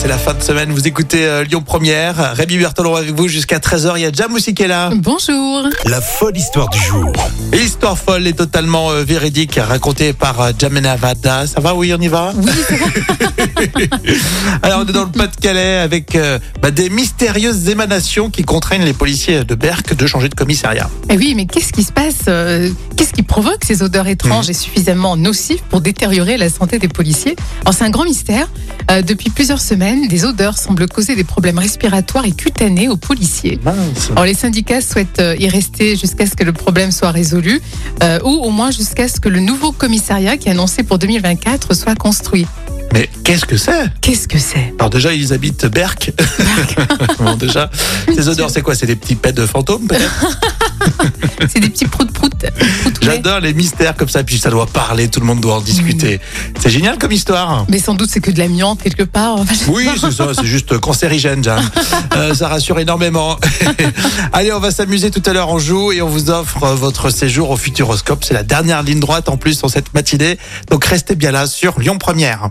c'est la fin de semaine, vous écoutez euh, Lyon Première. Rémi Bertolon avec vous jusqu'à 13h. Il y a Jam aussi qui est là. Bonjour. La folle histoire du jour. Et Histoire folle et totalement euh, véridique, racontée par euh, Jamena Vada. Ça va, oui, on y va Oui, Alors, on est dans le Pas-de-Calais avec euh, bah, des mystérieuses émanations qui contraignent les policiers de Berck de changer de commissariat. Et Eh oui, mais qu'est-ce qui se passe euh, Qu'est-ce qui provoque ces odeurs étranges et suffisamment nocives pour détériorer la santé des policiers Alors c'est un grand mystère. Euh, depuis plusieurs semaines, des odeurs semblent causer des problèmes respiratoires et cutanés aux policiers. Mince. Alors les syndicats souhaitent euh, y rester jusqu'à ce que le problème soit résolu, euh, ou au moins jusqu'à ce que le nouveau commissariat qui est annoncé pour 2024 soit construit. Mais qu'est-ce que c'est Qu'est-ce que c'est Alors déjà, ils habitent Berck. bon, déjà, ces odeurs, c'est quoi C'est des petits pets de fantômes, peut-être C'est des petits prout-prout. prout-proulets. J'adore les mystères comme ça, puis ça doit parler, tout le monde doit en discuter. C'est génial comme histoire. Mais sans doute c'est que de l'amiante quelque part. Enfin, je- Oui, c'est ça, c'est juste cancérigène, Jeanne. Euh, ça rassure énormément. Allez, on va s'amuser tout à l'heure, on joue et on vous offre euh, votre séjour au Futuroscope. C'est la dernière ligne droite en plus en cette matinée. Donc restez bien là sur Lyon Première.